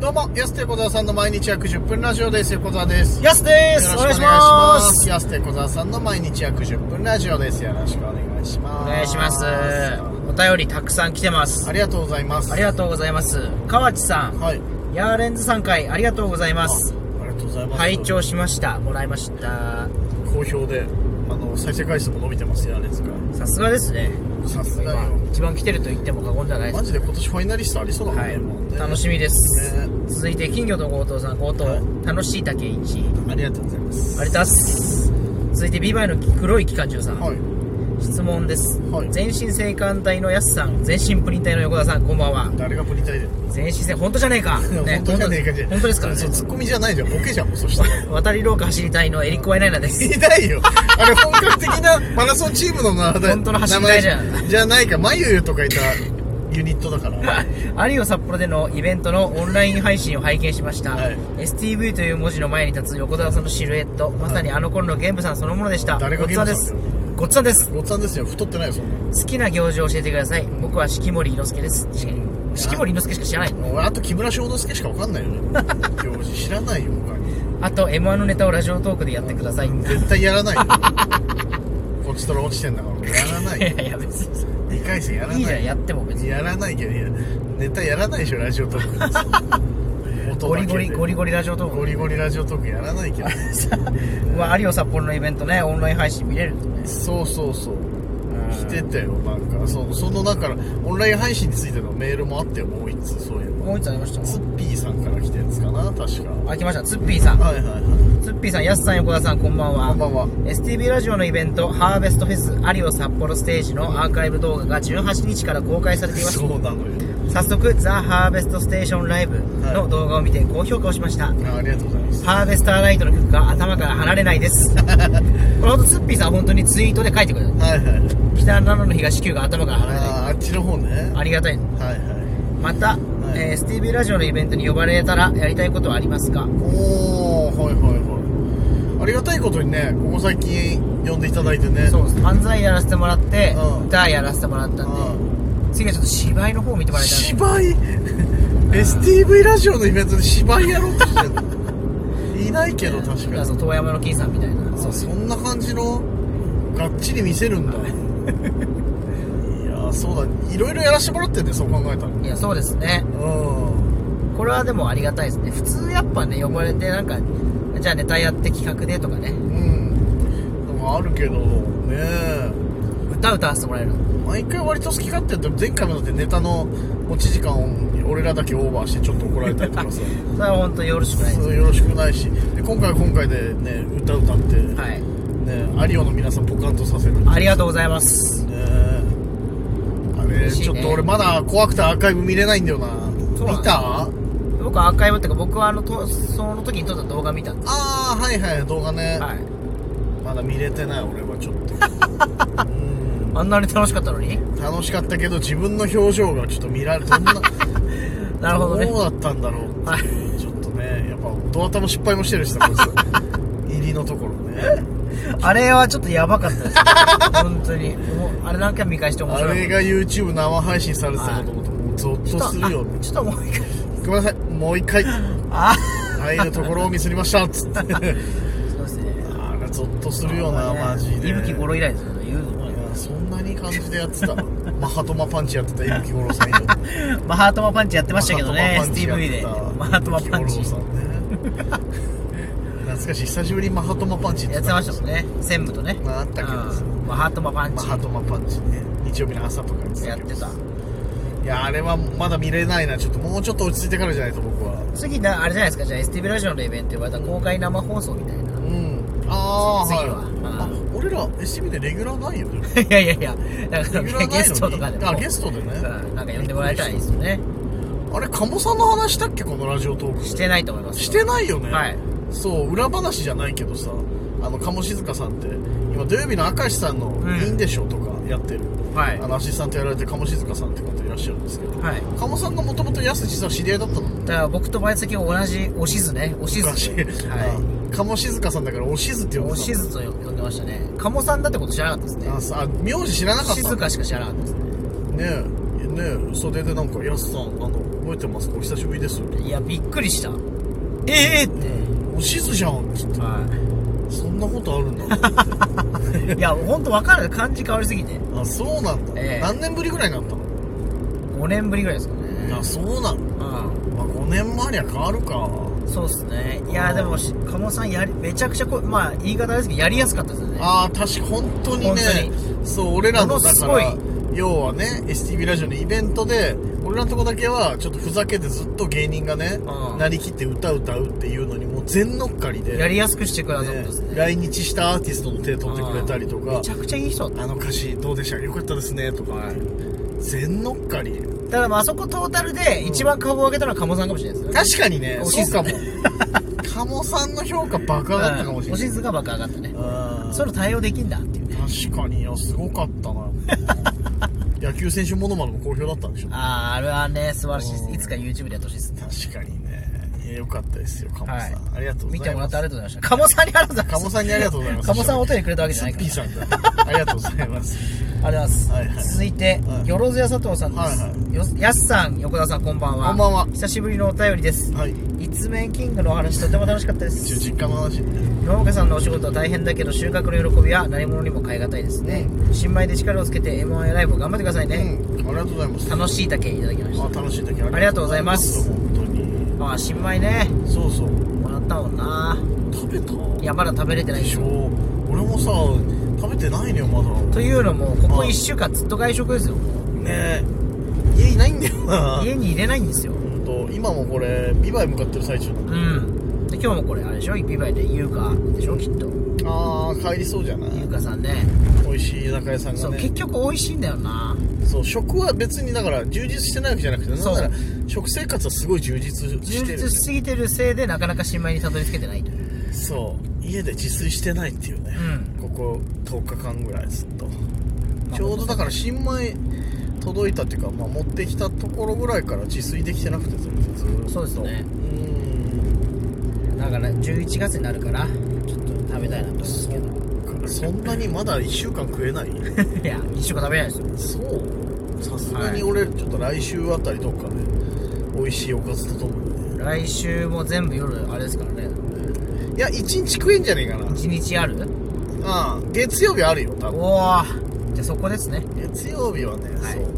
どうも、安手小沢さんの毎日約10分ラジオです。横澤です。やすですお願いします安手小沢さんの毎日約10分ラジオです。よろしくお願いします。お願いしますお便りたくさん来てますありがとうございます。ありがとうございます河内さんはい。ヤーレンズさん会ありがとうございまあすありがとうございます。拝聴しましたもらいました好評で、あの、再生回数も伸びてますよ、あれですか。さすがですねさすがよ。今一番来てると言っても過言じゃないでマすジで今年ファイナリストありそうだもんはね。もうねい楽しみですね続いて金魚と強盗さん強盗はい楽しい竹一ありがとうございます。ありがとうございます続いてビバイの黒い機関銃さんはい。質問です、はい全身性感帯のやすさん全身プリン体の横田さんこんばんは誰がプリン体で。全身性本当じゃねえ か、ね、本当じゃねえかじゃん本当ですから、そうね、ツッコミじゃないじゃんボケじゃんもうそしたら渡り廊下走りたいのエリック・ワイナイナ ですいないよあれ本格的なマラソンチームの名前本当の走りたいじゃん名前じゃないかまゆゆとかいたユニットだから有オ札幌でのイベントのオンライン配信を拝見しました、はい STV という文字の前に立つ横澤さんのシルエットまさにあの頃のゲンブさんそのものでした誰がごっつぁんでゲすンブさごっつぁんですごっつぁんですよ太ってないよそんな好きな行事を教えてください僕は式守伊之助です確かに式守伊之助しか知らない俺あと木村翔之介しかわかんないよね行事知らないよ他にあと m 1のネタをラジオトークでやってくだ さい絶対やらないよこっちとら落ちてんだからやらないいやよいや別に2回戦やらないいいじゃんやっても別にやらないけどいやネタやらないでしょラジオトーク ゴリゴリゴリゴゴリラジオトークゴリゴリラジオトークやらないけどまあ有オ札幌のイベントねオンライン配信見れるんですねそうそうそううん来てたよなんかそそのだからオンライン配信についてのメールもあってもう一通そういうもう一つありましたツッピーさんから来てるんですかな確かあ来ましたツッピーさんはいはいはいツッピーさんやすさん横田さんこんばんはこんばんは STB ラジオのイベントハーベストフェス有オ札幌ステージのアーカイブ動画が18日から公開されていますそうなのよ早速ザ・ハーベストステーションライブの動画を見て高評価をしました、あありがとうございますハーベスターライトの曲が頭から離れないです これほどツッピーさん本当にツイートで書いてくれたはいはいはい北7の東9が頭から離れないあーあっちの方ねありがたいはいはいまた、いえー STB ラジオのイベントに呼ばれたらやりたいことはありますかおーはいはいはいありがたいことにねここ最近呼んでいただいてねそうう漫才やらせてもらって、うん歌やらせてもらったんで、次はちょっと芝居の方を見てもらいたいな芝居 STV ラジオのイベントで芝居やろうとしてる いないけど確かだからにその遠山の金さんみたいなそそんな感じのがっちり見せるんだ いやーそうだいろいろやらしてもらってんねそう考えたらいやそうですねうんこれはでもありがたいですね普通やっぱね呼ばれてなんかじゃあネタやって企画でとかねうんなんかあるけどねえ歌歌わせてもらえる毎回割と好き勝手やって前回もだってネタの持ち時間を俺らだけオーバーしてちょっと怒られたりと かさそれは本当によろしくないでそすうよろしくないしで今回は今回でね歌歌って、はいねアリオの皆さんポカンとさせるありがとうございますねえあれ、嬉しいちょねっと俺まだ怖くてアーカイブ見れないんだよなそうなん見だた僕はアーカイブっていうか僕はあのとその時に撮った動画見たんでああはいはい動画ね、はいまだ見れてない俺はちょっとうんあんなに楽しかったのに楽しかったけど自分の表情がちょっと見られてどんな なるほどねうだったんだろうっていうちょっとねやっぱドアタも失敗もしてるしさこいつ入りのところねあれはちょっとやばかったです。本当に。もうあれ何回も見返して面あ白い。れが YouTube 生配信されてたこと思うともうゾッちょっととするよねあちょっともう一回。ごめんなさいもう一 回あ入るところをミスりましたつって そうですね。あれゾッとするよなマジでいぶきゴロ以来ですよね、言うのもいやそんなに感じでやって たマハトマパンチやってた猪木五郎さんいるまあ、ハートマパンチやってましたけどね、マハトマパンチやってた STV で。マハトマパンチ五。郎さんね懐かしい久しぶりにマハトマパンチやってましたもんね。専務とね。まああったけどさうんまあ、ハートマパンマチ。ハトマパンチね日曜日の朝とかやってやたっけどてた。いやあれはまだ見れないなちょっともうちょっと落ち着いてからじゃないと僕は次な、あれじゃないですか、じゃあ STV ラジオのイベントでまた公開生放送みたいな。うんああ次いはあ俺ら SB でレギュラー ないよねいやいやいや、だかレギュらラーないのに ゲストとかでも。あゲストでねうんなんか呼んでもらえたらいいですよね。あれ鴨さんの話したっけこのラジオトークしてないと思います。してないよね、はいそう裏話じゃないけどさあの鴨静香さんって今土曜日の明石さんのん「いいんでしょ」とかやってる、はいあのアシスタントやられてる鴨静香さんって方いらっしゃるんですけど、はい鴨さんがもともと安実は知り合いだったのだから僕と前先同じおしずねおしず昔、はあ鴨静香さんだからおしずってい呼んでおたのしずと呼んでましたね鴨さんだってこと知らなかったですねあさあ名字知らなかった静かしか知らなかったですねねえねえ袖でなんか安さんあの覚えてますかお久しぶりですいやびっくりしたええって、おしずじゃんっつってそんなことあるんだ い、や本当分からない感じ変わりすぎてあそうなんだ、ええ何年ぶりぐらいになったの、 5年ぶりぐらいですかねあそうなの、あまあ、5年前には変わるかあそうっすねいやでもし鴨さんやりめちゃくちゃこうまあ言い方ですけどやりやすかったですよねああ確か本当にね本そう俺らのものだすかごいら要はね STV ラジオのイベントで俺らのとこだけはちょっとふざけてずっと芸人がねうんなりきって歌歌うっていうのにもう全乗っかりでやりやすくしてくださったですねね来日したアーティストの手取ってくれたりとかめちゃくちゃいい人だっあの歌詞どうでしたよかったですねとか、はい全乗っかりたただまああそこトータルで一番株を上げたのは鴨さんかもしれないですよね確かにねおしそうずか も鴨さんの評価爆上がったかもしれおないしずが爆上がったねうんそういうの対応できんだっていうね確かにいやすごかったな 野球選手モノマネも好評だったんでしょあああれはね素晴らしいですうんいつか YouTube でやってほしいですね確かにねいやよかったですよ鴨さん、はいありがとうございます見てもらってありがとうございました鴨さんにありがとうございます鴨さんにありがとうございます鴨さんお手にくれたわけじゃすないっかぴーらさんだありがとうございますありがとうございます、はいはい続いて、はいよろずや佐藤さんです、はいはよやすさん横田さんこんばんはこんばんは久しぶりのお便りですはい一面キングのお話とても楽しかったで一応す実家の話今岡さんのお仕事は大変だけど収穫の喜びは何物にも変え難いですね新米で力をつけて m 1ライブを頑張ってくださいね、うんありがとうございます楽しいだけいただきましたあ楽しいだけありがとうございます本当にああ新米ねそうそうもらったもんな食べたいやまだ食べれてないででししょょ俺もさ食べてないのよまだというのもここはい1週間ずっと外食ですよねえ家いないんだよな家に入れないんですよほんと今もこれビバイ向かってる最中うんで今日もこれあれでしょビバイで優香でしょきっとああ帰りそうじゃない優香さんね美味しい居酒屋さんそがうね結局美味しいんだよなそう食は別にだから充実してないわけじゃなくてなんそうなら食生活はすごい充実し充てる実しすぎてるせいでなかなか新米にたどり着けてないというそう家で自炊してないっていうね、ここ10日間ぐらいずっとちょうどだから新米届いたっていうか、まあ、持ってきたところぐらいから自炊できてなくて全然ずーっとそうですねうんだから11月になるからちょっと食べたいなと思うんですけどそんなにまだ1週間食えない いや一週間食べないですよそうさすがに俺ちょっと来週あたりとかで美味しいおかずとともにね来週も全部夜あれですからねいや1日食えんじゃねえかな一日あるああ月曜日あるよ多分おおじゃあそこですね月曜日はね、はいそう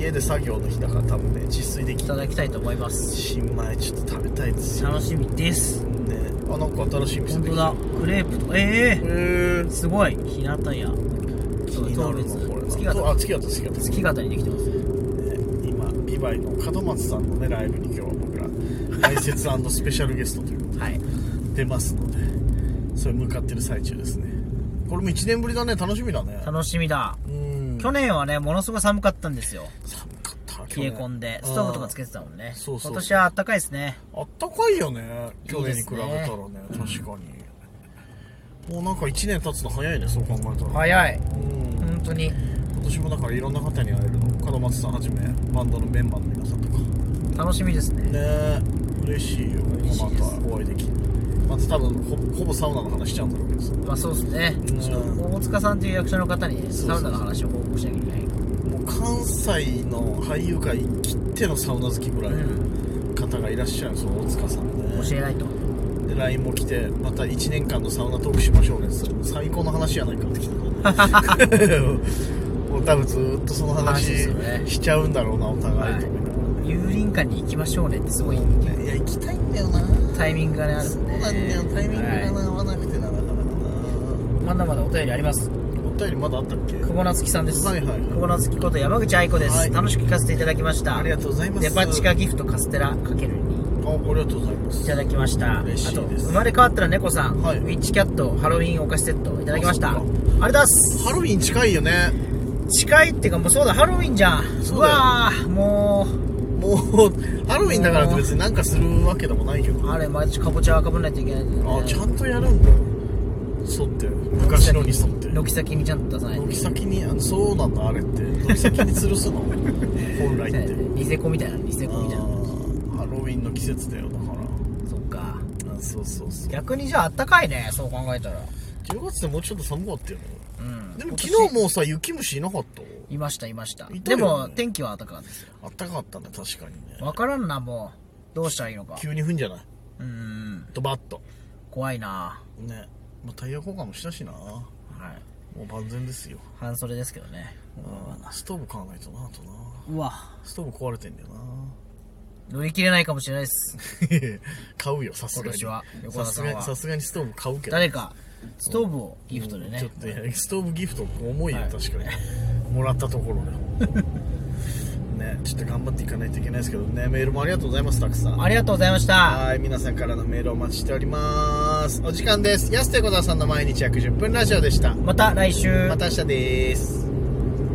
家で作業の日だから多分ね自炊できいただきたいと思います新米ちょっと食べたいですよ楽しみですねあなんか新しい店本で当きだたクレープとええへえすごい日向屋気になるなこれ月なと形あ月形月形月形にできてますね今ビバイの門松さんのねライブに今日は僕ら解説スペシャルゲストということではい出ますのでそれ向かってる最中ですねこれも1年ぶりだね楽しみだね楽しみだうん去年はねものすごい寒かったんですよ寒かった去冷え年込んでストーブとかつけてたもんねそうそう今年は暖かいですねあったかいよね去年に比べたらねいいですね確かに、もうなんか1年経つの早いねそう考えたら、早いうん本当に今年もだからいろんな方に会えるの門松さんはじめバンドのメンバーの皆さんとかね楽しみですねえ嬉しいよ嬉しいですまたお会いできるまた多分ほほぼサウナの話しちゃうんだろうけどさまあそうですねうんちょっと大塚さんという役者の方にそうそうサウナの話を報告しなきゃいけないもう関西の俳優界きってのサウナ好きぐらいの方がいらっしゃるその大塚さん教えねないとで LINE も来てまた1年間のサウナトークしましょうねっつったら最高の話やないかって来たから ねもう多分ずっとその話話ですよねしちゃうんだろうなお互いと思いながらね遊林館に行きましょうねってすごいいや行きたいんだよなタイミングがねあるそうんでなんだよタイミングがはな合わなくてななかなかいまだまだお便りありますなお便りまだあったっけ久保夏樹さんですはいはいはい久保夏樹こと山口愛子です、はい楽しく聞かせていただきましたありがとうございますデパ地下ギフトカステラかけるにあありがとうございますいただきましたあと嬉しいです生まれ変わったら猫さん、はいウィッチキャットハロウィンお菓子セットいただきましたああそっかりがとうございますハロウィン近いよね近いっていうかもうそうだハロウィンじゃんそうだよわーももうハロウィンだからって別になんかするわけでもないけうどああれ毎日かぼちゃはかぶらないといけないんだよねちゃんとやるんだ沿って昔のに沿って軒先にちゃんと出さないと軒先にあのそうなんだあれって軒先に吊る すの本来ってニセコみたいなニセあコみたいなーハロウィンの季節だよだかそっからあそうそうそう逆にじゃああったかいねそう考えたら10月ってもうちょっと寒かったよねうんでも昨日もうさ雪虫いなかったいましたいましたいたでよねも天気は暖かかったですよあったかかったね確かにね分からんなもうどうしたらいいのか急に踏んじゃないうーんドバッと怖いなねまあタイヤ交換もしたしなもはい。う万全ですよ半袖ですけどね。ストーブ買わないとなあとなうわ。ストーブ壊れてんだよな 乗り切れないかもしれないです。買うよさすが今に年はさ横田すさんがはにさすがにストーブ買うけど誰か、ストーブをギフトでちょねっ。とねストーブギフト重いよ、はい確かにもらったところで ねちょっと頑張っていかないといけないですけどねメールもありがとうございますたくさんありがとうございました。はい皆さんからのメールお待ちしておりますお時間です安手小沢さんの毎日約10分ラジオでしたまた来週。また明日です